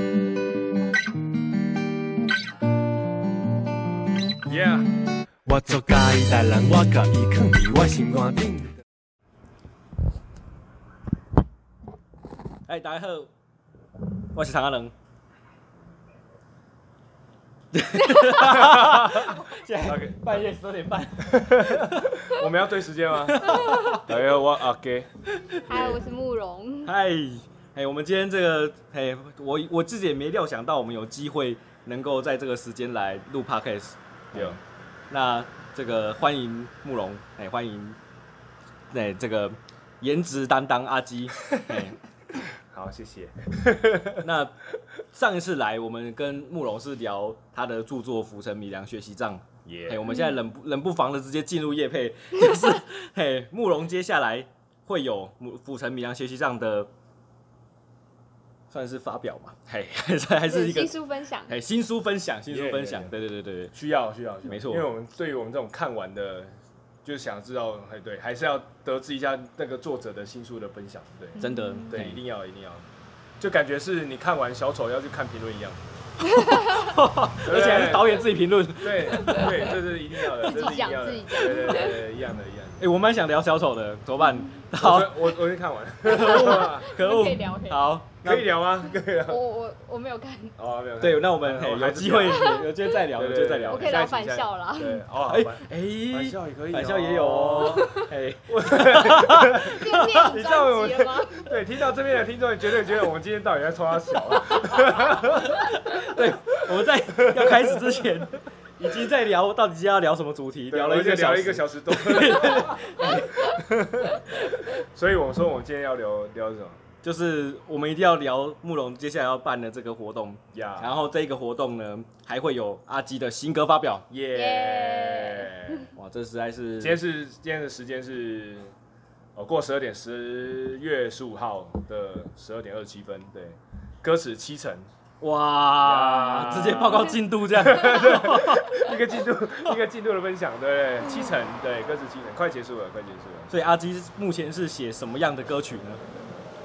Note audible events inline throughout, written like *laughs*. *laughs* 代人，我甲伊囥伫我心肝顶。哎、大家好，我是唐阿能。现在半夜十二点半，我们要对时间 *laughs* 吗？大家好，我阿给，嗨，我是慕容。嗨，哎，我们今天这个，哎，我我自己也没料想到我们有机会能够在这个时间来录 podcast。对，那这个欢迎慕容，哎，欢迎，哎，这个颜值担当阿 *laughs* 基，哎，好，谢谢。那上一次来我们跟慕容是聊他的著作《浮沉米粮学习账》。嘿，耶我，们现在冷不冷不防的直接进入夜 *laughs* 配，就是嘿，慕容接下来会有慕府城米兰学习上的，算是发表嘛，嘿，还是还是一个哎新书分享，嘿新书分享，新书 Yeah, 分享 yeah, yeah 对对对对对，需要需要，需要没错因为我们对于我们这种看完的，就是想知道，哎，对，还是要得知一下那个作者的新书的分享，对，真的嗯对，嘿一定要一定要，就感觉是你看完小丑要去看评论一 *laughs* 样，而且还是导演自己评论，对对，这是一定要的，自己这是一定讲要的，自己对讲对对对，一样的，一样的。哎，我蛮想聊小丑的，怎 *laughs* 么办？好我，我我已经看 *laughs* 完了，可我们可以恶，聊可以聊好，那可以聊吗？可以聊。我我我没有看，哦，没有。对，那我们嘿我还有是机不会要有机会再聊，有对对机会再聊我对，可以聊返校啦。对，哦，哎反哎反，校也可以，反校也 *laughs* 有。哦，哎，变电影专辑了吗？对，听到这边的听众，绝对觉得我们今天到底在冲他小啊。 *laughs* 对，我们在要开始之前，已经在聊到底今天要聊什么主题，对 *laughs* 聊我了们一个就聊小了时，一个小时多，所以我说我们今天要聊聊什么就是我们一定要聊慕容接下来要办的这个活动，然呀？后这个活动呢还会有阿基的新歌发表，耶！哇，这实在是今天是今天的时间是哦，过十二点，十月十五号的十二点二十七分，对，歌词七成，哇，呀直接报告进度这样， *laughs* 一个进度 *laughs* 一个进度的分享，对不对？七成，对，歌词七成，快结束了，快结束了。所以阿基目前是写什么样的歌曲呢？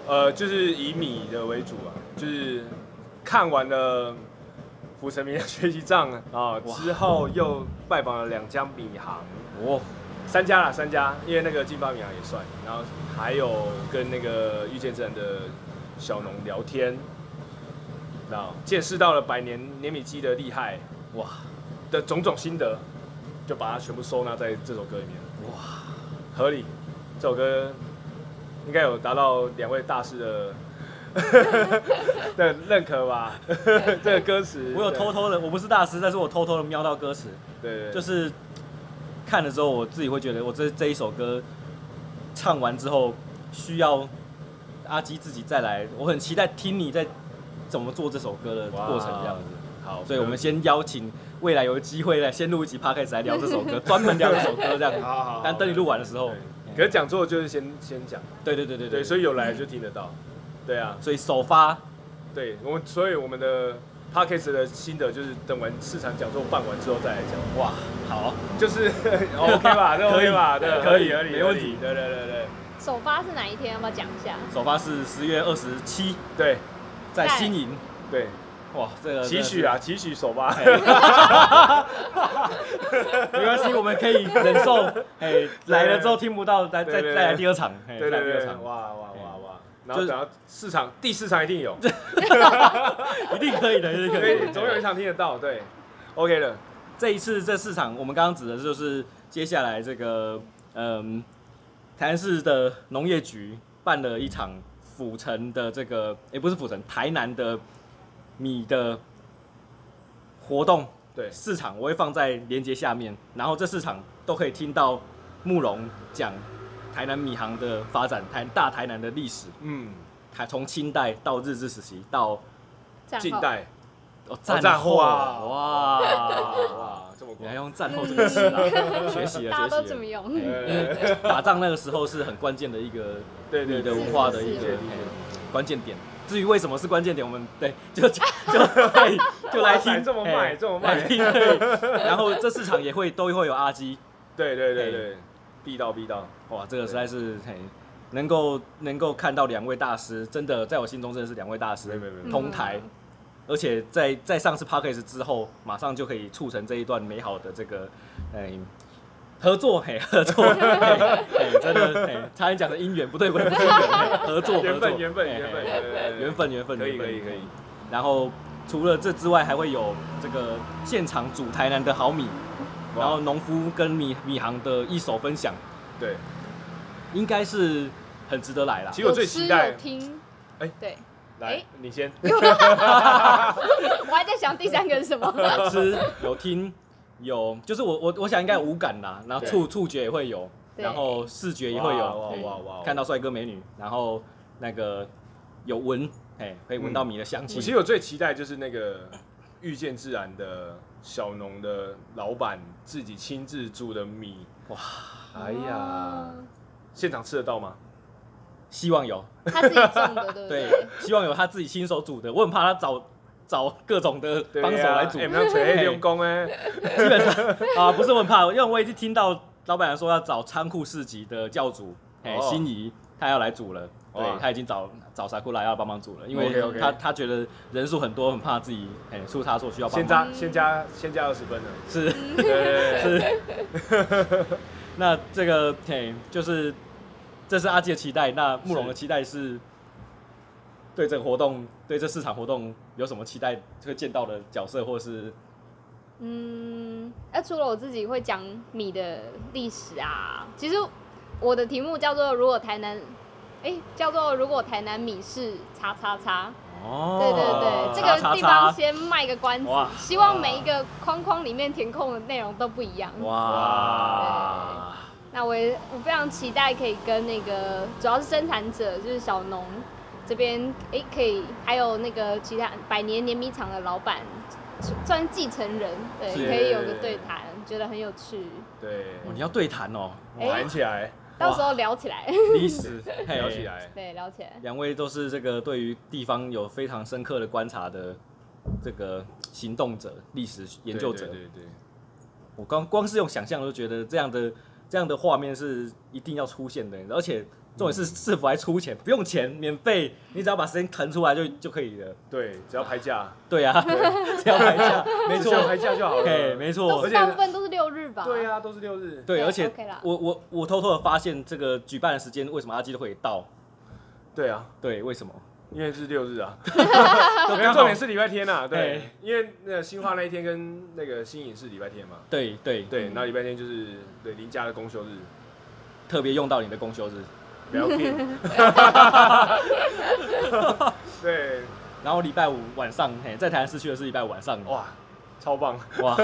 呃，就是以米的为主啊，就是看完了《浮神明的学习账》啊哇之后，又拜访了两家米行，哦，三家啦，三家，因为那个金发米啊行也算，然后还有跟那个遇见自然的小农聊天，然后见识到了百年碾米机的厉害哇的种种心得，就把它全部收纳在这首歌里面。哇，合理，这首歌应该有达到两位大师的 *laughs* 的认可吧？这个歌词，我有偷偷的，我不是大师，但是我偷偷的瞄到歌词，对，对对，就是是看了之后，我自己会觉得，我这这一首歌唱完之后，需要阿基自己再来，我很期待听你在怎么做这首歌的过程这样子。好，所以我们先邀请未来有机会来先录一集 podcast 来聊这 *laughs* 首歌，专门聊这首歌这样好好好，但等你录完的时候对，可是讲座就是先先讲，对对对对对，所以有来就听得到，对啊，所以首发对我们，所以我们的 podcast 的心得就是等完市场讲座办完之后再来讲，哇，好， *laughs* 就是 OK 吧，这可以 OK 吧，对，啊可以合理，没问题合理对对对对首发是哪一天？要不要讲一下？首发是十月二十七对在在新营，对，哇，这个期许啊，期许首发。哎 *laughs* 没关系，我们可以忍 *laughs* 受。哎，来了之后听不到，再对再对对再来第二场，哎对对再来第对，二对场，哎哇哇哇哇！然后就是等到市场第四场一定 *laughs* 有，一定可以的，一定可所以的。以总有一场听得到，对，OK 的，这一次这四场，我们刚刚指的就是接下来这个，嗯，台南市的农业局办了一场府城的这个，哎、不是府城，台南的米的活动对市场，我会放在链接下面，然后这四场都可以听到慕容讲台南米行的发展，台大台南的历史，嗯，台从清代到日治时期到战近后代，哦哦战战后后啊哇 *laughs* 哇！哇，这么你还广，用战后这个词啊？学习了，大家都学习怎么了。用？哎因为打仗那个时候是很关键的一个对你对的对，文化的一理解个理哎解关键点。至于为什么是关键点，我们对就就哎就来哇听塞这么哎卖这么卖来听对然后这市场也会都会有阿基，对对对对，必到必到，哇，这个实在是嘿，能够能够看到两位大师，真的在我心中真的是两位大师没没嗯没没同台，而且在在上次 p a c k a g e 之后，马上就可以促成这一段美好的这个，哎、合作，嘿，合作，嘿，嘿真的，嘿，差点讲的姻缘，不对，不对，不对，合作，缘合分作，缘分嘿缘分嘿对缘分，缘分，可以缘分可以可以。然后除了这之外，还会有这个现场煮台南的好米，哇然后农夫跟米米行的一手分享，对，应该是很值得来啦。其实我最有吃期待有听，哎对，来哎你先，我还在想第三个是 *laughs* 什么，有吃有听有，就是我我我想应该有五感啦，然后对触触觉也会有，对然后视觉也会有，哇哇嘿哇哇哇看到帅哥美女，然后那个有闻，哎，可以闻到米的香我其气。实我最期待就是那个遇见自然的小农的老板自己亲自煮的米，哇，哦哎呀，现场吃得到吗？希望有，他自己种的，对不对对？，希望有他自己亲手煮的，我很怕他找找各种的对帮手来煮哎，，没有锤黑用工哎，基本上 *laughs* 啊不是我很怕，因为我已经听到老板娘说要找仓库市集的教主，哎，哦心仪他要来煮了。对哇他已经找找沙库拉要帮忙煮了，因为 OK，OK 他他觉得人数很多，很怕自己哎出差错需要帮先忙。加先加先加二十分了，是对对对，是，那这个嘿，就是这是阿基的期待，那慕容的期待是对这个活动、对这市场活动有什么期待？会见到的角色或是嗯，那除了我自己会讲米的历史啊，其实我的题目叫做“如果台南”，哎、叫做“如果台南米是叉叉叉”。哦对对对，这个地方先卖个关子哇，希望每一个框框里面填空的内容都不一样。哇，那我也我非常期待可以跟那个主要是生产者，就是小农这边，诶，可以还有那个其他百年碾米厂的老板，算是继承人，对，是可以有个对谈，觉得很有趣，对，哦你要对谈哦，哎玩起来，到时候聊起 *laughs* 来，历史嘿聊起来，对，聊起来，两位都是这个对于地方有非常深刻的观察的这个行动者、历史研究者。对对对，对我刚光是用想象就觉得这样的这样的画面是一定要出现的，而且重点是市府还出钱，不用钱，免费，你只要把时间腾出来就就可以了。对，只要拍 *laughs* 价，对啊，这样拍价， *laughs* 没只错要，拍价就好对，了，没都错而是且。大部分都是六日吧？对，啊，都是六日，对，对而且 OK 啦我我我偷偷的发现，这个举办的时间为什么阿基都可以到？对啊，对，为什么？因为是六日啊，都没有刚好重点是礼拜天啊，对哎，因为那个新化那一天跟那个新颖是礼拜天嘛，对对对，对，那礼拜天就是对林家的公休 *laughs* 日，特别用到你的公休日，不要 *laughs* 骗。对，然后礼拜五晚上，嘿，在台南市区的是礼拜五晚上，哇哇，超棒，哇，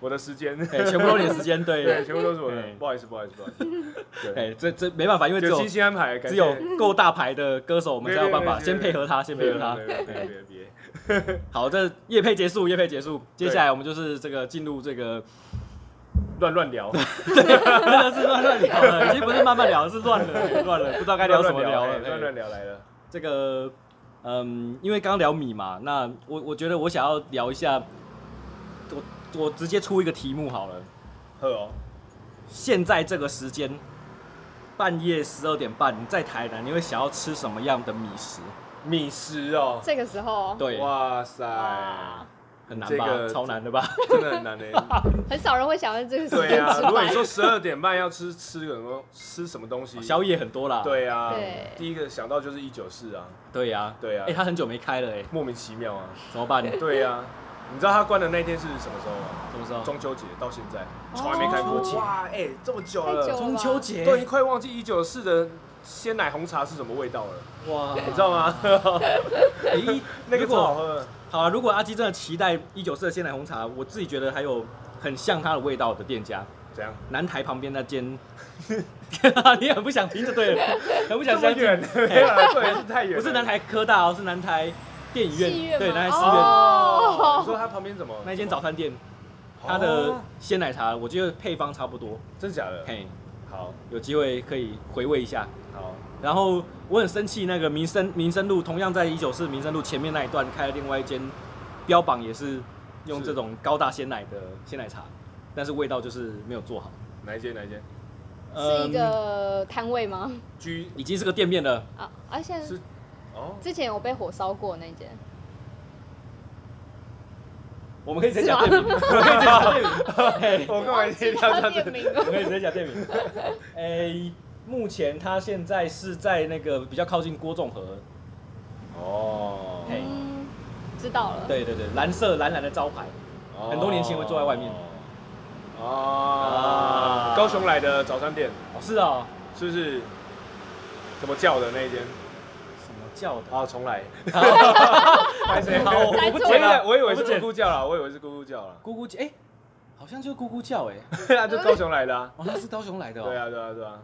我的时间，嘿全部都你的时间，对，对，全部都是我的哎，不好意思，不好意思，不好意思，对，哎，这这没办法，因为只就有精心安排，感只谢有够大牌的歌手，我们才有办法对对对先配合他，先配合他对。对对对对对对好，这夜配结束，夜配结束，对接下来我们就是 *laughs* 这个进入这个，乱乱 *laughs* 聊，真的是乱乱聊了，已经不是慢慢聊，是乱了，乱了，不知道该聊什么聊啊哎了。乱对乱聊来了，这个，嗯，因为刚刚聊米嘛，那我我觉得我想要聊一下，我我直接出一个题目好了。呵哦，现在这个时间，半夜十二点半，你在台南，你会想要吃什么样的米食？米食哦，这个时候对，啊哇塞，哇很难这吧？个超难的吧？真的很难 *laughs* 呢。很少人会想在这个时对间啊，吃如果饭你，说十二点半要吃吃什么吃什么东西， *laughs* 宵夜很多啦。对啊，对第一个想到就是一九四啊，对呀，对啊哎，他很久没开了，哎，莫名其妙啊，怎么办？对啊，你知道他关的那一天是什么时候吗？什么时候？中秋节到现在从来没开过哦中秋节哇，哎，这么久太久了，了中秋节都已经快忘记一九四的鲜奶红茶是什么味道了，哇，你知道 *laughs* 吗？哎， *laughs* 那个如超好果喝的，好啊，如果阿基真的期待一九四的鲜奶红茶，我自己觉得还有很像它的味道的店家，怎样？南台旁边那间， *laughs* 你很不想听就对了，很不想这么相信远，，没有啦， *laughs* 对，是太远，不是南。台科大哦，是南台电影戏院，院对，吗南台戏院你哦，说它旁边怎么？那间早餐店，哦它的鲜奶茶我觉得配方差不多，真假的？嘿，好，有机会可以回味一下。好，然后我很生气，那个民生民生路同样在一九四民生路前面那一段开了另外一间，标榜也是用是这种高大鲜奶的鲜奶茶，但是味道就是没有做好。哪一间？哪一间？是一嗯个摊位吗？居已经是个店面了，啊，而且是 *laughs* 哦，之前有被火烧过那间，我们可以直接是讲吗店名，我们可以直接讲店名， *laughs* 嘿我干嘛一定要这样店子？名我可以直接讲店名。哎、目前他现在是在那个比较靠近郭仲和， *laughs* 哦 *laughs* 嘿嗯，知道了。，对对对，蓝色蓝蓝的招牌，很多年前会坐在外面。哦啊，高雄来的早餐店哦是哦，是不是？怎么叫的那一间？什么叫 *laughs* 的？啊，重来。好，我我以不剪为了，我以为不是剪咕咕叫啦，我以为是咕咕叫 *laughs* 啦。咕咕叫，哎、好像就是咕咕叫、哎，对啊，就高雄来的啊。哦，他是高雄来的哦， *laughs* 对，啊，对啊，对啊，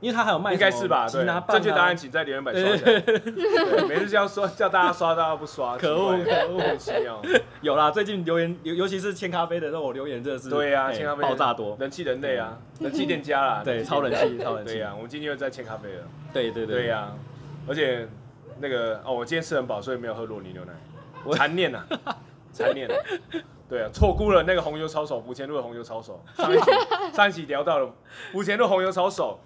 因为他还有卖应什么该是吧？吉对拿，棒啊正确答案请在留言板刷对 *laughs* 起来。对，每次叫刷叫大家刷，大家不刷，可恶奇怪 *laughs* 可恶莫名其妙。有啦，最近留言，尤尤其是欠咖啡的，那我留言真的是对啊，哎欠咖啡爆炸多，嗯人气人类啊，人气店家啦， *laughs* 对，超人气，超人气，对啊呀，我们今天又在欠咖啡了，对对啊对呀，而且那个哦，我今天吃很饱，所以没有喝洛尼 *laughs* 牛奶，我残念呐，残念啊。对啊，错估了那个红油抄手，福前路的红油抄手。上一 *laughs* 集上一集聊到了福前路红油抄手，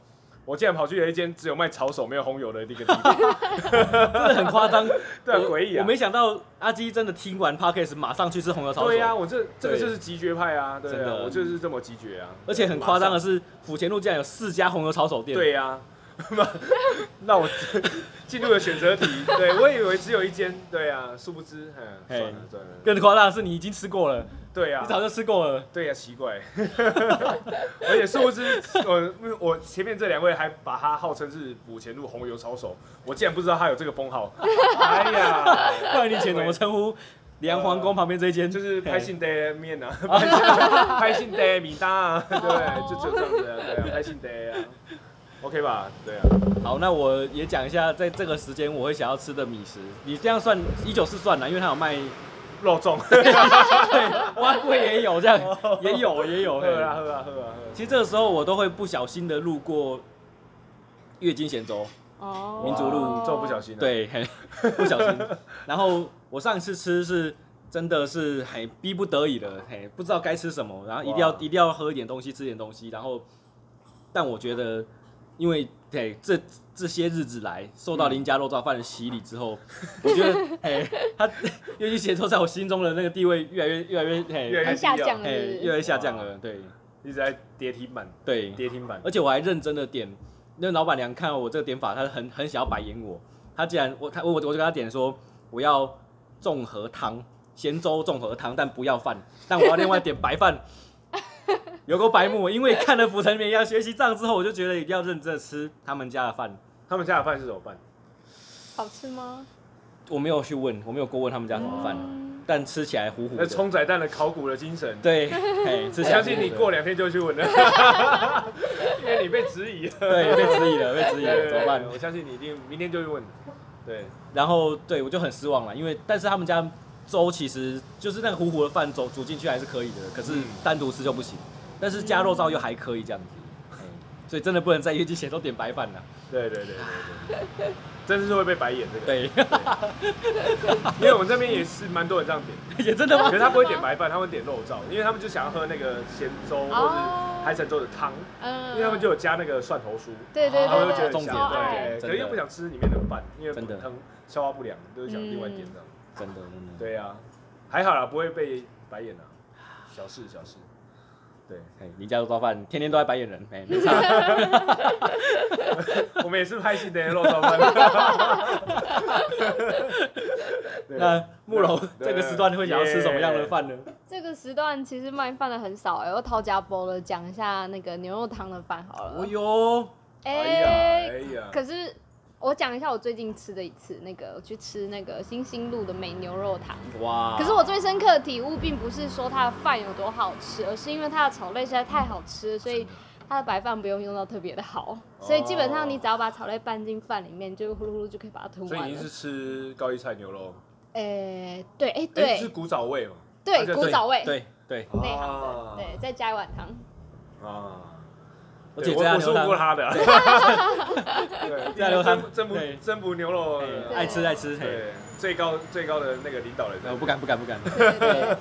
我竟然跑去了一间只有卖抄手没有红油的一个地方， *laughs* 真的很夸 *laughs* 张，对啊，我诡异啊我！没想到阿基真的听完 podcast 马上去吃红油抄手，对呀、啊我这这个对啊就是极绝派啊，对真啊，的我就是这么极绝啊，而且很夸张的是，是，府前路竟然有四家红油抄手店，对呀、 *laughs* 那我进入了选择题，对我以为只有一间，对啊，殊不知，嗯，嘿算了算了，更夸张的是你已经吃过了，对呀、你早就吃过了，对呀、奇怪， *laughs* 而且殊不知，我我前面这两位还把他号称是补前路红油抄手，我竟然不知道他有这个封号，哎呀， *laughs* 不然你以前怎么称呼梁皇宫旁边这一间？啊就是拍嘿信的面啊，拍信拍信的米搭啊，对，就就这样子啊，对啊，拍信的啊，OK 吧，对啊，好，那我也讲一下，在这个时间我会想要吃的米食。哦你这样算一九四算了，因为它有卖， *laughs* 肉 *laughs* 粽，对，蛙贵也有这样，也有也有。喝哦啊嘿喝啊喝啊其实这个时候我都会不小心的路过月经咸粥，哦喝，，民族路哇这么不小心，， *laughs* 对，嘿不小心。然后我上一次吃是真的是很逼不得已的，嘿，不知道该吃什么，然后一定要哇一定要喝一点东西，吃点东西。然后，但我觉得，因为对这这些日子来受到林家肉燥饭的洗礼之 *laughs* 后，我觉得，嘿，他尤其写作在我心中的那个地位越来越越来越嘿越来很下降了嘿是越不来是，越下降了，对一直在跌停板，对。跌停板，而且我还认真的点，那老板娘看到我这个点法，她很很想要白眼我。她竟然我她我我就跟她点说，我要综合汤，咸粥综合汤，但不要饭，但我要另外点白饭。有个白目，因为看了《浮城绵羊学习账》之后，我就觉得一定要认真的吃他们家的饭。他们家的饭是怎么办？好吃吗？嗯我没有去问，我没有过问他们家什么饭，哦但吃起来糊糊那的。冲仔蛋的考古的精神，对，嘿吃我起来相糊糊信的你过两天就去问了，因为你被质疑了，对被质疑了，被质疑了，怎么办？我相信你一定明天就去问，对，然后对我就很失望了，因为但是他们家粥其实就是那个糊糊的饭粥煮进去还是可以的，可是嗯单独吃就不行，但是加肉燥又还可以这样子，嗯所以真的不能在月经前都点白饭了。对对对对对对，真是会被白眼这个，对， *laughs* 因为我们这边也是蛮多人这样点， *laughs* 也真的吗可？是他不会点白饭，他会点肉燥，因为他们就想要喝那个咸粥或哦是海产粥的汤，嗯，因为他们就有加那个蒜头酥，对对他们对就觉对，哦哎得重很点超香，爱对，可是又不想吃里面的饭，因为真的汤消化不良，就是想另外点的。真的嗯真的，对啊，还好啦，不会被白眼啊，小事小事。对，哎，林家肉燥饭天天都在白眼人，哎，没差。我们也是拍戏的肉燥饭。对啊那慕容对这个时段会想要吃什么样的饭呢？这个时段其实卖饭的很少哎、我掏家包了，讲一下那个牛肉汤的饭好了哦。哟，哎呀哎哎，呀，可是我讲一下我最近吃的一次，那个我去吃那个新兴路的美牛肉汤。哇！可是我最深刻的体悟，并不是说它的饭有多好吃，而是因为它的炒类实在太好吃了，所以它的白饭不用用到特别的好，哦所以基本上你只要把炒类拌进饭里面，就呼噜呼噜就可以把它吞所以完你了是。吃高丽菜牛肉，诶、对，哎、哎是对，古早味嘛？对啊对古早味欸对对，内行啊的，对，再加一碗 *laughs* 汤。啊。而且对我这家我是牛误过他汤的，对， *laughs* 这家牛汤真真不对真不牛肉哎，的，对爱吃爱吃，嘿。对，最高最高的那个领导人，呃，不敢不敢不敢。 *laughs* 对对对，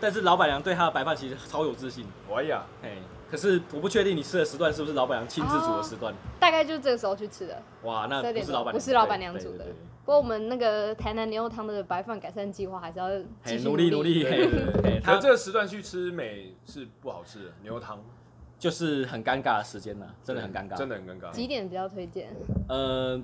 但是老板娘对她的白饭其实超有自信，哎呀，嘿，可是我不确定你吃的时段是不是老板娘亲自煮的时段。大概就这个时候去吃的。哇，那12不哦点是钟老板娘，不是老板娘对煮的对对对不过我们那个台南牛肉汤的白饭改善计划还是要继嘿，续努力努力，对 *laughs* 嘿对对， *laughs* 嘿对，他他这个时段去吃美是不好吃的，牛肉汤就是很尴尬的时间了，真的很尴尬，真的。的很尴尬。几点比较推荐？呃，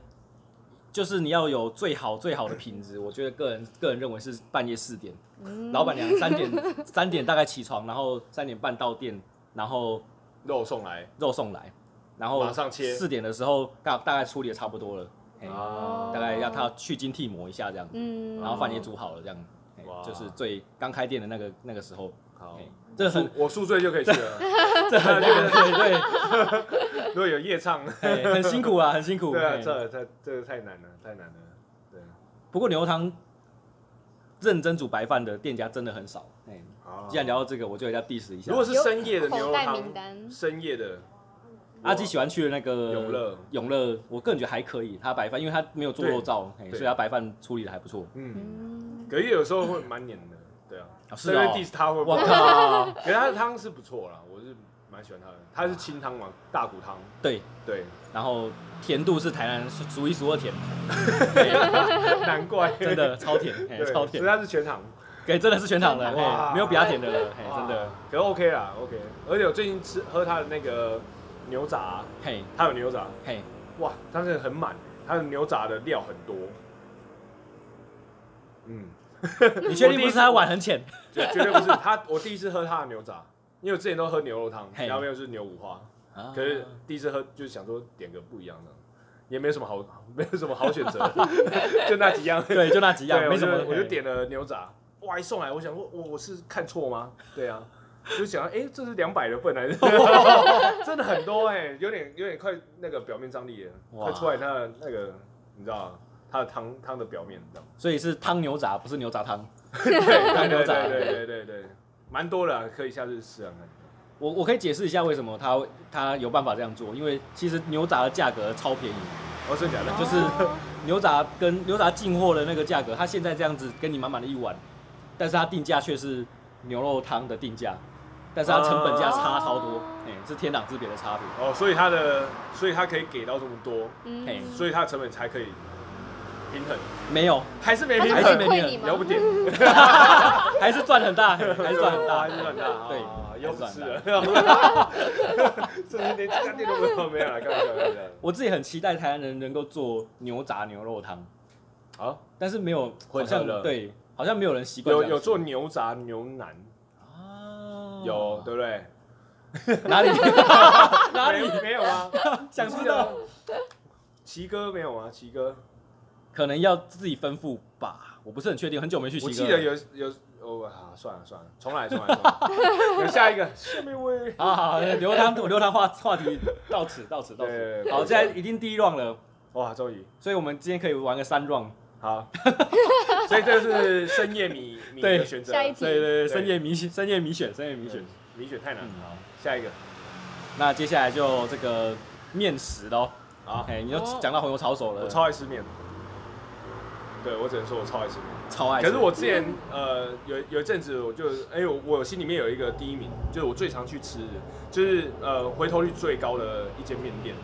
就是你要有最好最好的品质，我觉得个人个人认为是半夜四点，嗯老板娘 *laughs* 三点三点大概起床，然后三点半到店，然后肉送来肉送来，然后马上切四点的时候大大概处理的差不多了，嘿啊哦大概要他去筋替磨一下这样，嗯，然后饭也煮好了这样，嘿哦哇就是最刚开店的那个那个时候，好嘿，这很我宿醉就可以去了。 *laughs* 这很对对对。如果有夜 *laughs* 唱，嘿很辛苦啊，很辛 *laughs* 苦。对啊，嘿这这这个太难了，太难了。对，不过牛肉汤认真煮白饭的店家真的很少。哎，好既然聊到这个，我就要 diss 一下。如果是深夜的牛肉口袋名汤，单深夜的阿基喜欢去的那个永乐，永乐，我个人觉得还可以，他白饭，因为他没有做肉燥，嘿对所以他白饭处理的还不错。嗯，嗯，可是有时候会蛮黏的，对啊。啊是这个哦 diss 他会不我会？靠，可是他的汤是不错啦，我是蛮喜欢他的。他是清汤嘛，大骨汤，对，对，然后甜度是台南数一数二甜， *laughs* 难怪真的超甜，嘿对，超所甜以，他是全糖，给真的是全糖的，哇嘿没有比他甜的了，嘿哎真的哇，，可是 OK 啦，OK。而且我最近吃喝他的那个牛杂，嘿他有牛杂，嘿，哇，它是很满，它的牛杂的料很多。嗯，你确定不是他碗很浅？绝绝对不是他，我第一次喝他的牛杂，因为我之前都喝牛肉汤，嘿然后没有是牛五花，啊可是第一次喝就是想说点个不一样的，也没有什么好， *laughs* 没有什么好选择，就那几 *laughs* 样，对，就那几样，对没什么我就，我就嘿点了牛杂，哇，一送来我想我我我是看错吗？对啊，就想哎、诶这是两百的份还是？ *laughs* 真的很多哎、有点有点快那个表面张力了，哇快出来它的那个你知道它的汤汤的表面这 *laughs* 样，所以是汤牛杂，不是牛杂汤。对牛杂对对对对对，蛮多的啊、可以下次试啊。我我可以解释一下为什么他他有办法这样做，因为其实牛杂的价格超便宜，哦，真的假的？就是牛杂跟牛杂进货的那个价格，他现在这样子跟你满满的一碗，但是他定价却是牛肉汤的定价，但是它成本价差超多，哎、是天壤之别的差别。哦，所以它的所以它可以给到这么多，嘿嗯，所以它的成本才可以平衡，没有，还是没他平是还是衡，没回馈有你吗？了不点。还是赚很大，哎嘿还是赚很大还。是很大，对啊还又是不赚是很了， *laughs* 这是连这家店都没有没有了，开玩笑，开玩笑。我自己很期待台湾人能够做牛杂牛肉汤，好，但是没有，好混合像了对，好像没有人习惯这有样有做牛杂牛腩，啊有对不对？ *laughs* 哪里哪里没没有啊？ *laughs* 想知道？奇哥没有啊？奇哥，可能要自己吩咐吧，我不是很确定，很久没去我西哥记了。得有有哦，啊，算了算了，重来重来重 *laughs* 来，有下一个，下面一位。啊，好，流汤流汤话话题到此到此到此。对，好，现在已经第一 round 了，哇，终于所以我们今天可以玩个三 round。好， *laughs* 所以这是深夜米米的对选择，下一题对对对对，深夜米选，深夜米选，深夜米米选选。米选太难嗯了，好，下一个，那接下来就这个面食喽。好，哎，你又讲到红油抄手了，哦我超爱吃面，对我只能说我超爱吃面。超爱吃。可是我之前呃有有一阵子我就哎、我我心里面有一个第一名，就是我最常去吃的，就是呃回头率最高的一间面店，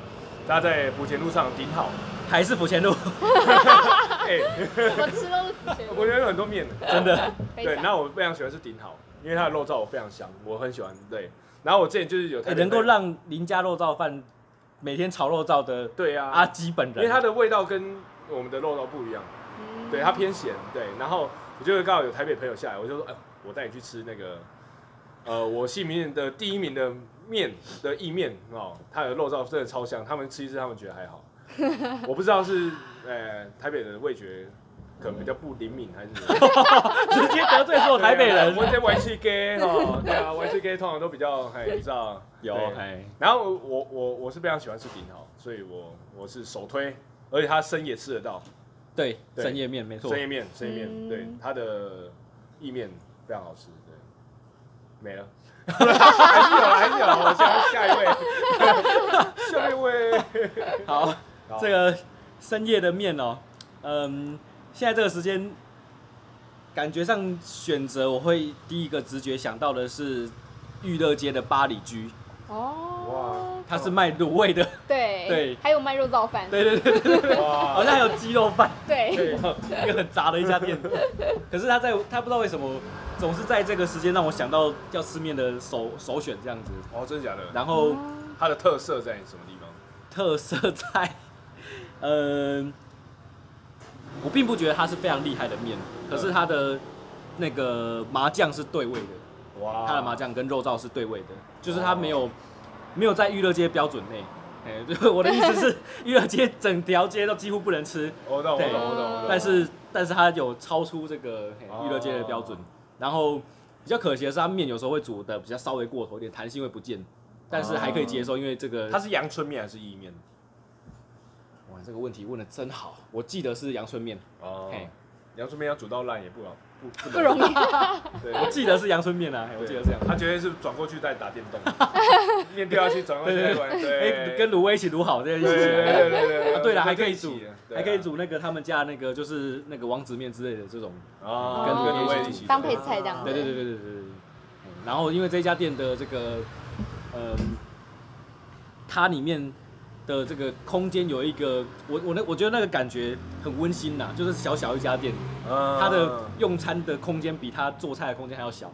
它在福田路上顶好，还是府前路， *laughs* 哎、 *laughs* 我吃都是福泉我觉得有很多面，真的。非对，常然后我非常喜欢吃顶好，因为它的肉燥我非常香，我很喜欢，对，然后我之前就是有台哎北能够让林家肉燥饭每天炒肉燥的对啊，阿基本人，因为它的味道跟我们的肉燥不一样。嗯对，它偏咸，对。然后我就刚好有台北朋友下来，我就说，哎、我带你去吃那个，呃，我姓名的第一名的面的意面哦，它的肉燥真的超香，他们吃一吃，他们觉得还好。我不知道是呃台北人的味觉可能比较不灵敏，还是什么啊直接得罪所有 *laughs* 台北人我。在玩 C G 哦，对 *laughs* 啊，玩 C G 通常都比较，哎，你知道对哎，然后我我我是非常喜欢吃顶好，所以我我是首推，而且它生也吃得到。对，对深夜面没错生。意面，生意面，嗯对，它的意面非常好吃，对，没了，还是有，还是有，我下下一位，下一位，好，好 *laughs* 这个深夜的面哦，嗯，现在这个时间，感觉上选择我会第一个直觉想到的是玉乐街的八里居，哦，它是卖卤味的， *laughs* 对对还有卖肉燥饭，对对对对对，好哇，像还有鸡肉饭，对对，一个很杂的一家店。可是他在他不知道为什么总是在这个时间让我想到要吃面的首首选这样子，哦，真的假的？然后它的特色在什么地方？特色菜，呃，我并不觉得它是非常厉害的面，可是它的那个麻酱是对味的，哇它的麻酱跟肉燥是对味的，就是它没有没有在娱乐街标准内。哎，对，我的意思是， *laughs* 娱乐街整条街都几乎不能吃，我懂，我懂，我懂，我懂。但是但是它有超出这个嘿娱乐界的标准。哦然后比较可惜的是，它面有时候会煮的比较稍微过头一点，弹性会不见，但是还可以接受，因为这个它是阳春面还是意面？哦哇，这个问题问的真好，我记得是阳春面，哦嘿，阳春面要煮到烂也不好，不不 *laughs* 不容易。对，我记得是阳春面啊，嘿我记得是阳春他绝对是转过去再打电 *laughs* 动，面掉下去转过去再玩，面，哎，对，跟卤味一起卤好，这个一对对起对对对啊对，对了，我们还可以一煮起的，啊还可以煮那个他们家那个就是那个王子面之类的这种，啊，跟跟跟卤卤味味一一起起当配菜这样对对对对对对对。嗯然后因为这家店的这个，呃，它里面的这个空间有一个，我我那我觉得那个感觉很温馨呐、就是小小一家店，它它的用餐的空间比它做菜的空间还要小。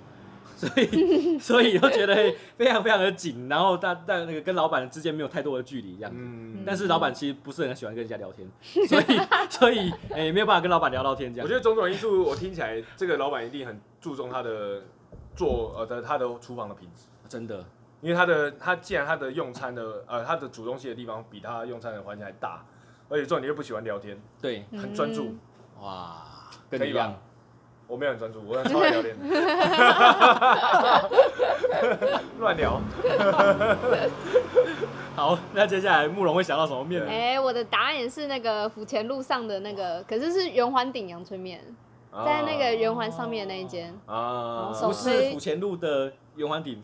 *laughs* 所以， *laughs* 所以就觉得非常非常的紧，然后大但那个跟老板之间没有太多的距离，这样子。嗯，但是老板其实不是很喜欢跟人家聊天， *laughs* 所以所以诶、没有办法跟老板聊到天这样。我觉得种种因素，我听起来这个老板一定很注重他的做呃的他的厨房的品质。得真的，因为他的他既然他的用餐的呃他的煮东西的地方比他用餐的环境还大，而且重点又不喜欢聊天，对，嗯很专注。哇，跟可你以一吧样，我没有很专注，我很超爱聊 *laughs* 天， *laughs* 乱聊。好，那接下来慕容会想到什么面呢？哎、我的答案也是那个府前路上的那个，可是是圆环顶阳春面，哦在那个圆环上面的那一间。啊，手不推是府前路的圆环顶，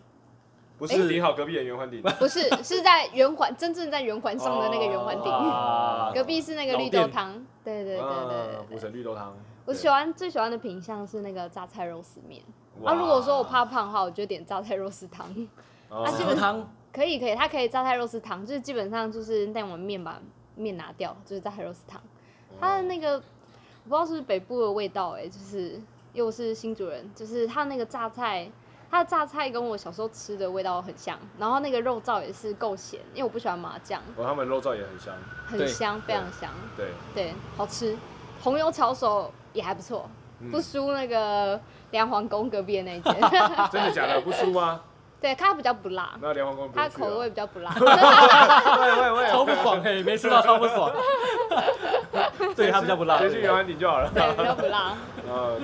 不是顶好隔壁的圆环顶不是， *laughs* 是在圆环，真正在圆环上的那个圆环顶。哦隔壁是那个绿豆汤，对对对对啊对补成绿豆汤。我喜欢最喜欢的品相是那个榨菜肉丝面。哇啊，如果说我怕胖的话，我就点榨菜肉丝汤。 *laughs* 啊啊基喝本汤可以可以，它可以榨菜肉丝汤，就是基本上就是那碗面把面拿掉，就是榨菜肉丝汤。哦它的那个我不知道是不是北部的味道哎、就是因为我是新竹人，就是它那个榨菜，它的榨菜跟我小时候吃的味道很像，然后那个肉燥也是够咸，因为我不喜欢麻酱，哦，他们肉燥也很香，很对香，非常香， *laughs* 对，对，好吃。红油抄手也还不错，嗯不输那个梁皇宫隔壁的那一 *laughs* 间，真的假的？不输吗？对，它比较不辣，那梁皇宫不它啊用去了口味，比较不 *laughs* 辣。喂喂喂，超不爽哎，没吃到超不 *laughs* 爽，对他比较不辣。直接去圆环顶就好了。 *laughs* 对，比较不辣，啊，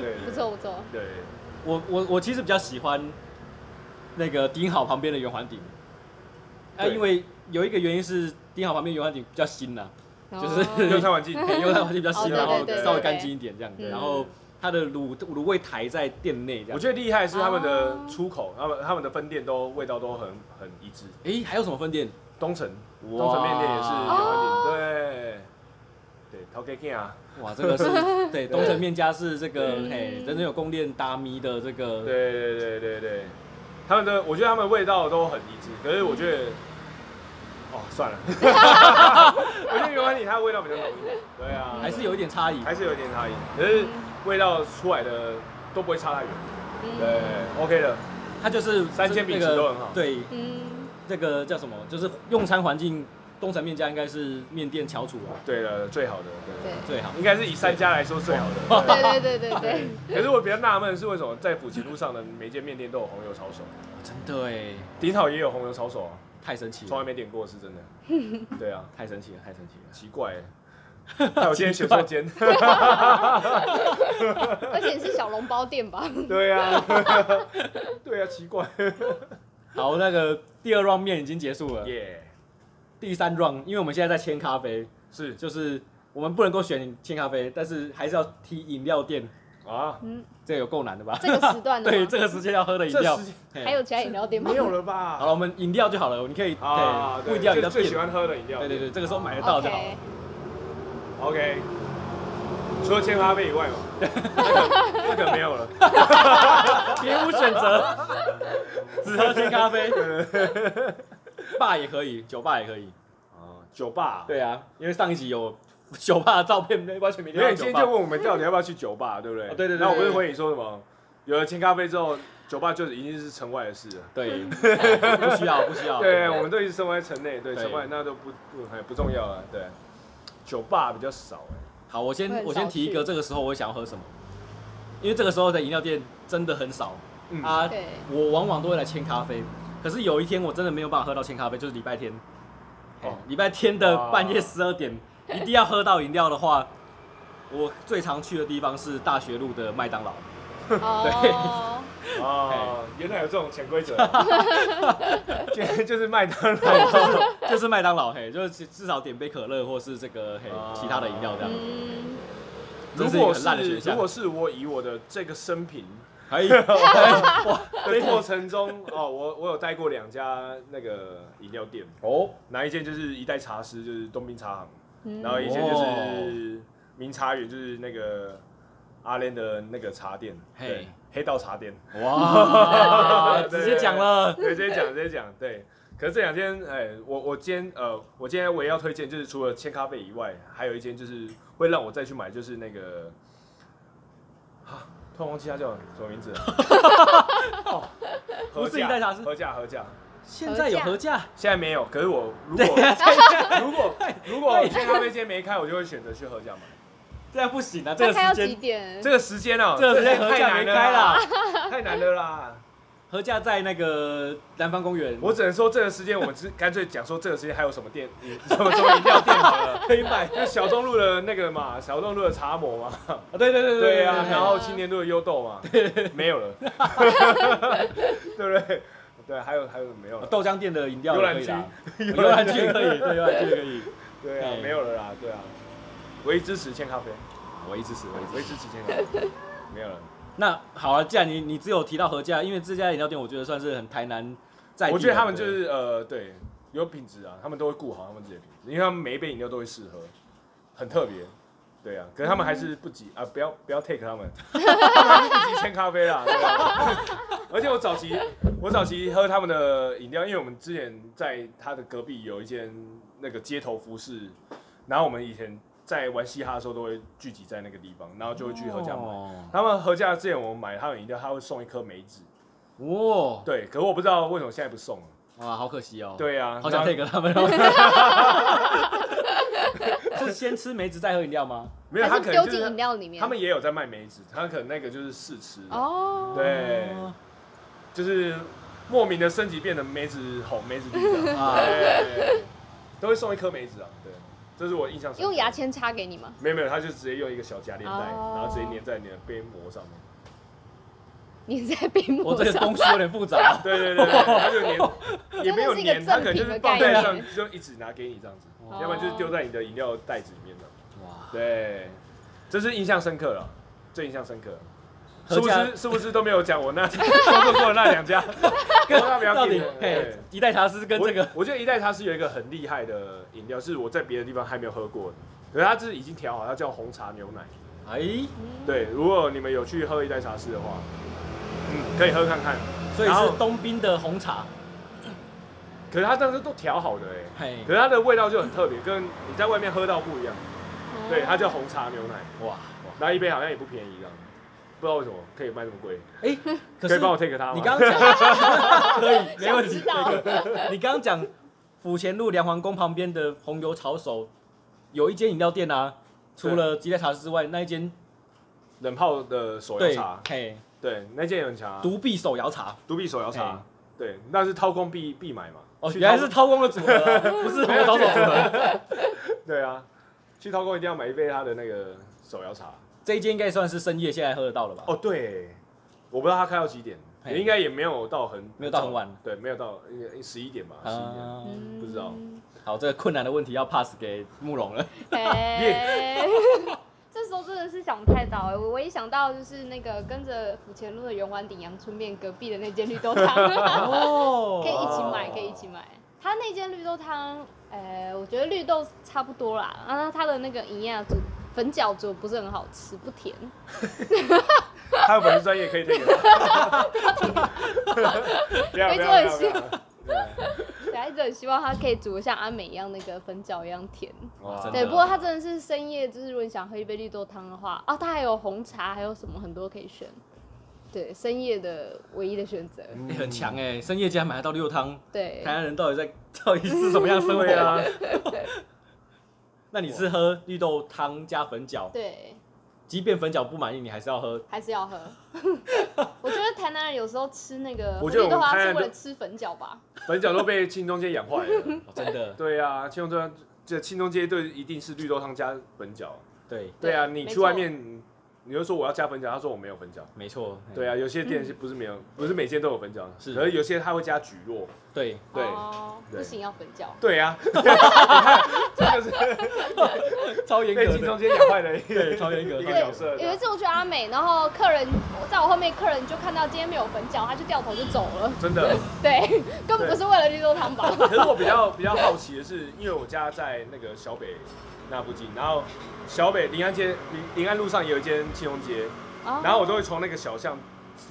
对，不错不错。对，我我我其实比较喜欢那个顶好旁边的圆环顶，啊，对因为有一个原因是顶好旁边圆环顶比较 *laughs* 新呐，就是对，用哦餐环 *laughs* 境。因为它环境比较新，哦对然后对对稍微对干净一点这样子，嗯然后它的卤卤味台在店内这我样。觉得厉害是他们的哦出口，他们他们的分店都味道都很很一致。哎，还有什么分店？东城，哇东城面店也是圆环顶，对，对，陶给健啊，哇，这 *laughs* 个是对东城面家是这个嘿，真正有供电搭咪的这个，对对对对对，他们的我觉得他们味道都很一致，可是我觉得，哦算 *laughs* 了，我觉得圆环顶它的味道比较浓一点，对啊，还是有一点差异。还是有一点差异，可是味道出来的都不会差太远，嗯对，OK 的，它就是三鲜饼那个吃都很好对，嗯，这个叫什么？就是用餐环境，东城面家应该是面店翘楚啊，对了，最好的，对，最好。应该是以三家来说最好的。 *laughs* 对对对对对对，可是我比较纳闷是为什么在府前路上的每间面店都有红油抄手，真的哎，顶好也有红油抄手啊，太神奇从来了，没点过是真的。 *laughs* 对啊，太神奇了，太神奇了。奇怪、欸，还有今天选错 *laughs* 间。而且是小笼包店吧？ *laughs* 对啊， *laughs* 对啊，奇怪。好，那个第二 round 面已经结束了，耶、第三 round，因为我们现在在签咖啡，是就是我们不能够选签咖啡，但是还是要提饮料店，啊，嗯，这个有够难的吧？这个时段的吗 *laughs* 对，这个时间要喝的饮这料时间，嘿还有其他饮料店吗？没有了吧？好了，我们饮料就好了，你可以啊，对对，不一定要饮就料最店喜。欢喝的饮料。对对对，这个时候买得到就好了。 OK， OK，除了千咖啡以外 *laughs* 嘛，这个没有了。 *laughs* *laughs* 别无选择，只喝鲜咖啡。爸也可以，酒吧也可以。啊，酒吧，，对啊，因为上一集有酒吧的照片，那完全没没有，聊到你今酒天就吧。问我们到底要不要去酒吧，对不对？哦对对对那我不是回你说什么？有了青咖啡之后，酒吧就已经是城外的事了。对， *laughs* 哎不需要，不需要。对，我们都一直生活在城内，对，啊对城外那都不不还不重要了，对。酒吧比较少哎，好，我会先很我先少提一个，去这个时候我想要喝什么，因为这个时候的饮料店真的很少、嗯啊对。我往往都会来千咖啡，可是有一天我真的没有办法喝到千咖啡，就是礼拜天。哦哦，礼拜天的哇半夜十二点，一定要喝到饮料的话， *laughs* 我最常去的地方是大学路的麦当劳。哦，哦，原来有这种潜规则， *laughs* 今天 *laughs* 就是麦当劳，就是麦当劳，嘿，就是至少点杯可乐或是这个嘿啊其他的饮料这样。嗯， *laughs* 这如是一个果很烂的是选项哎如果是我以我的这个生平可以，哇，的过程中， *laughs* 哦，我我有待过两家那个饮料店，哦，哪一间就是一代茶师，就是东滨茶行，嗯然后一间就哦是明茶园，就是那个阿莲的那个茶店，哦嘿对，黑道茶店，哇，对 *laughs* 直接讲了，对，直接讲，直接讲，对。可是这两天，哎，我我今天呃，我今天我也要推荐，就是除了千咖啡以外，还有一间就是会让我再去买，就是那个，啊，突然忘记它叫什么名字了。哦，不是一代茶室合价合价，现在有合价，现在没有。可是我如果 *laughs* 如果如果千咖啡间没开，我就会选择去合价买。这样不行啊，这大个概要时几间点？这个时间啊，这个时间太合价难没了开啦啦，太难了啦。合价在那个南方公园，我只能说这个时间，我们只干脆讲说这个时间还有什么店，你什么什么饮料店好了。可以买那小东路的那个 *laughs* 嘛，小东路的茶魔嘛，啊，对对对对呀、啊，然后青年路的优豆嘛，没有了，对不对？对，还有还有没有了？豆浆店的饮料游也览可以区啦，游览区也可以，对，游览区也可以，对啊哎，没有了啦，对啊，唯一支持千咖啡，我一直吃，我一直唯一支持千咖啡，没有了。那好啊，既然你你只有提到合价，因为这家饮料店我觉得算是很台南在地的，我觉得他们就是呃，对，有品质啊，他们都会顾好他们自己的品质，因为他们每一杯饮料都会试喝，很特别。对啊，可是他们还是不嗯及啊，不要不要 take 他 *laughs* 们，他们还是不及千咖啡啦。对啊而且我早期我早期喝他们的饮料，因为我们之前在他的隔壁有一间那个街头服饰，然后我们以前在玩嘻哈的时候都会聚集在那个地方，然后就会去合家买。哦他们合家之前我们买他们饮料，他会送一颗梅子，哇，对，可是我不知道为什么现在不送了。哇，好可 *laughs* 惜哦。，对啊，好然想后 take 他们哦。 *laughs* 是先吃梅子再喝饮料吗？没有，他还是可能丢就进是饮料里面。他们也有在卖梅子，他可能那个就是试吃，哦，对，就是莫名的升级变成梅子红、梅子绿这 *laughs* 样，啊，对，都会送一颗梅子啊，对，这是我印象深刻。用牙签插给你吗？没有没有，他就直接用一个小夹链袋，哦然后直接粘在你的杯膜上面。你在冰我膜这个上东西有点复杂。对对对对，他 *laughs* 就粘，也没有真的是一粘，个他可能就赠品是的放概在念上，就一直拿给你这样子，哦要不然就是丢在你的饮料袋子里面的。哇，对，这是印象深刻了，最印象深刻了。是合不家是是不是都没有讲我那 *laughs* 工作过的那两 *laughs* 家？我那不要到底听了嘿对，一代茶是跟我这个我觉得一代茶是有一个很厉害的饮料，是我在别的地方还没有喝过的。可是它是已经调好，它叫红茶牛奶。哎，对，如果你们有去喝一代茶室的话，嗯，可以喝看看。所以然后是东滨的红茶。可是它当时都调好的哎、嘿，可是它的味道就很特别，跟你在外面喝到不一样。哦对，哦它叫红茶牛奶，哇，然后一杯好像也不便宜这样，不知道为什么可以卖这么贵。哎，可可以是帮我 take 它吗？你刚刚讲 *laughs* 可以，没想问题知。道 *laughs* 你刚刚讲府前路梁皇宫旁边的红油抄手，有一间饮料店啊，除了吉列茶之外，那一间 *laughs* 冷泡的手摇 *laughs* 对茶，，嘿，对，那件也很强啊，独臂手摇茶。独臂手摇嘿茶，对，那是掏空必必买嘛。哦，去原来掏是掏空的组合啊，不是红油抄手组合。对啊，去掏空一定要买一杯他的那个手摇茶。这一间应该算是深夜现在喝得到了吧？哦，对，我不知道他开到几点，嘿也应该也没有到很没有到很晚，对，没有到十一点吧，十一点。啊，嗯不知道好，这个困难的问题要 pass 给慕容了。哎，这时候真的是想不太到哎、我唯一想到就是那个跟着府前路的圆环顶阳春面隔壁的那间绿豆汤，哦可以一起买，可以一起买。他那间绿豆汤，呃，我觉得绿豆差不多啦，啊，它的那个营养煮粉饺煮不是很好吃，不甜。他有本事专业 *laughs* 可以 take 他。不要不要不要不要！对小孩子很希望他可以煮的像阿美一样那个粉饺一样甜。哇真的对，不过它真的是深夜，就是如果你想喝一杯绿豆汤的话，啊，它还有红茶，还有什么很多可以选。对，深夜的唯一的选择。 *laughs* 欸很强哎、深夜竟然买得到六汤，对台，南人到底在到底是什么样的生活对 *laughs* 啊？那你是喝绿豆汤加粉饺，对，即便粉饺不满意，你还是要喝。还是 *laughs* 要喝。我觉得台南人有时候吃那个我红觉得绿豆我们花台南是为人了吃粉饺吧？粉饺都被青中街养坏 *laughs* 了。哦真的，对啊，青中街这青中街对一定是绿豆汤加粉饺。对，对啊，对你没去外错面，你就说我要加粉饺，他说我没有粉饺。没错，对啊，啊，有些 *laughs* 店是不是没有，不是每间都有粉饺，是可是有些他会加蒟蒻。对，对哦、对不行要粉饺。对 *laughs* 啊， *laughs* 超严被格青中的，街养坏了一 *laughs* 个对，超严格一个的，超严角格的。色。啊有一次我去阿美，然后客人在我后面，客人就看到今天没有粉饺，他就掉头就走了。 *laughs* 真的。对，根本不是为了绿豆汤吧？ *laughs* 可是我比较比较好奇的是，因为我家在那个小北那附近，然后小北临安街临临安路上也有一间青龙街，哦然后我都会从那个小巷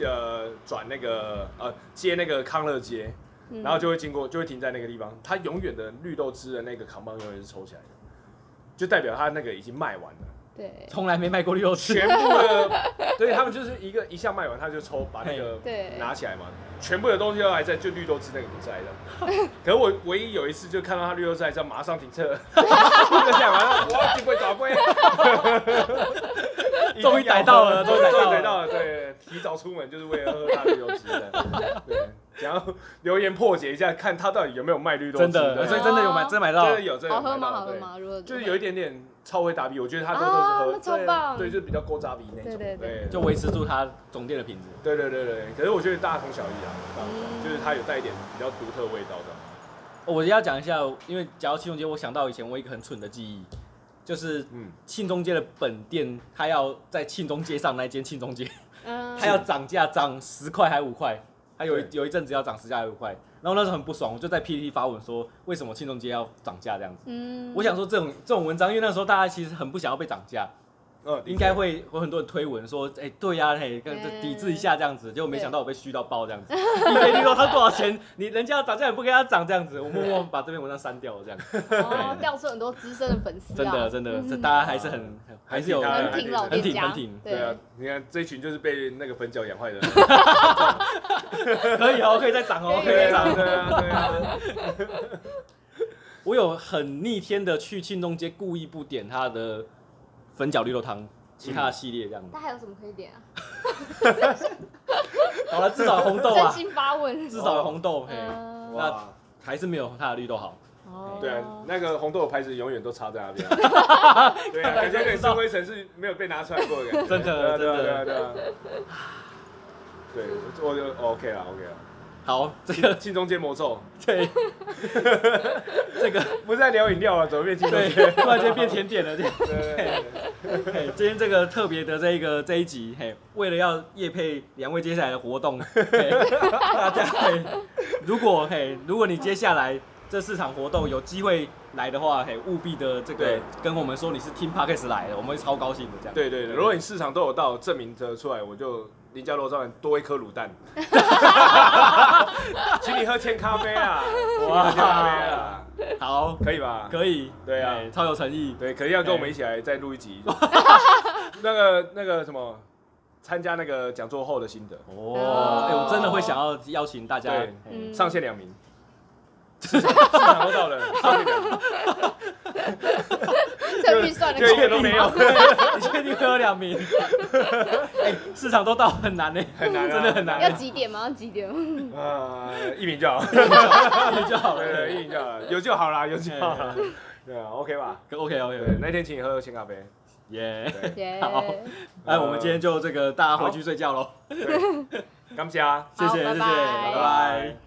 呃转那个呃接那个康乐街，嗯然后就会经过就会停在那个地方，它永远的绿豆汁的那个扛棒永远是抽起来的，就代表它那个已经卖完了。对从来没卖过绿豆全汁，部的，对他们就是一个一项卖完，他就抽把那个对拿起来嘛，全部的东西都还在，就绿豆汁那个不在的。 *laughs* 可是我唯一有一次就看到他绿豆汁还在，马上停车， *laughs* 就想完了，我要进柜找柜， *laughs* 终于逮到了终于终于逮逮到到了，对，提早出门就是为了喝他绿豆汁 *laughs* 的，对，然后留言破解一下，看他到底有没有卖绿豆汁真的，呃所以真真的有买，真的买到，的有，真的好有喝买吗？到好喝对吗？如果就是有一点点超会打比，我觉得他都都啊是喝，那超棒对，对，就是比较勾扎比那种，对对对对，就维持住它总店的品质。对对对对，可是我觉得大同小异啊，大同小异嗯就是它有带一点比较独特味道的，哦我要讲一下，因为讲到七中街，我想到以前我一个很蠢的记忆，就是嗯，庆中街的本店，它要在庆中街上那间庆中街，嗯它要涨价，涨十块还五块，还有一对有一阵子要涨十块还五块，然后那时候很不爽，我就在 PPT 发文说为什么庆中街要涨价这样子。嗯我想说这种这种文章，因为那时候大家其实很不想要被涨价，呃应该会有很多人推文说，哎、对呀、嘿，跟这嗯抵制一下这样子，结果没想到我被虚到爆这样子。一杯绿豆汤多少钱？你人家要涨价，你不给他涨这样子，我默默把这篇文章删掉了这样子。哦，掉出很多资深的 *laughs* 粉丝啊，真的真的，嗯这大家还是很还是有还很挺老很店挺家，很挺对啊对，，你看这一群就是被那个粉饺养坏 *laughs* 的，可以哦，可以再涨哦，可可以以再对涨啊。对啊对啊，我有很逆天的去庆东街故意不点他的粉饺绿豆汤，其他的系列这样子他。还有什么可以点啊？好了，至少有红豆真啊，心发问，哦至少有红豆，嘿，嗯哇，还是没有他的绿豆好。哦对啊，那个红豆的牌子永远都插在那 *laughs* 边，对啊，感觉那个是灰尘是没有被拿出来过的感觉， *laughs* 真的对啊对啊真对啊对啊，对，我我就 OK 了 OK 了，好， *laughs* 这个庆中街魔咒，对，这个不是在聊饮料啊，怎么变庆中对，街？突然间变甜点了。这样对对对对嘿，今天这个特别的这一个这一集，嘿，为了要夜配两位接下来的活动，嘿大家嘿，如果嘿，如果你接下来这四场活动有机会来的话，嘿，务必的这个对跟我们说你是听 Parkes 来的，我们会超高兴的这样。对对对，如果你市场都有到，证明得出来，我就林家楼上多一颗卤蛋，请你喝千咖啡啊，哇，千咖啡啊，好，可以吧？可以，对啊嘿超有诚意，对，可是要跟我们一起来再录一集，那个那个什么，参加那个讲座后的心得，哦，哎，我真的会想要邀请大家，对嘿上线两名。市场都到了，上线两名这预算的就一个都没有，你确定会有两名？ *laughs* 哎，市场都到很难呢，很难啊真的很难要欸，几点吗？要几点？呃，一名就好，你就好了。对，一名就好，有就好啦，有就好啦，对啊，OK 吧？ OK OK 对， OK，那天请你喝千咖啡，耶！对。耶， *laughs* 好哎，我们今天就这个，大家回去睡觉喽。对，感谢啊，谢谢好谢谢，拜拜拜拜。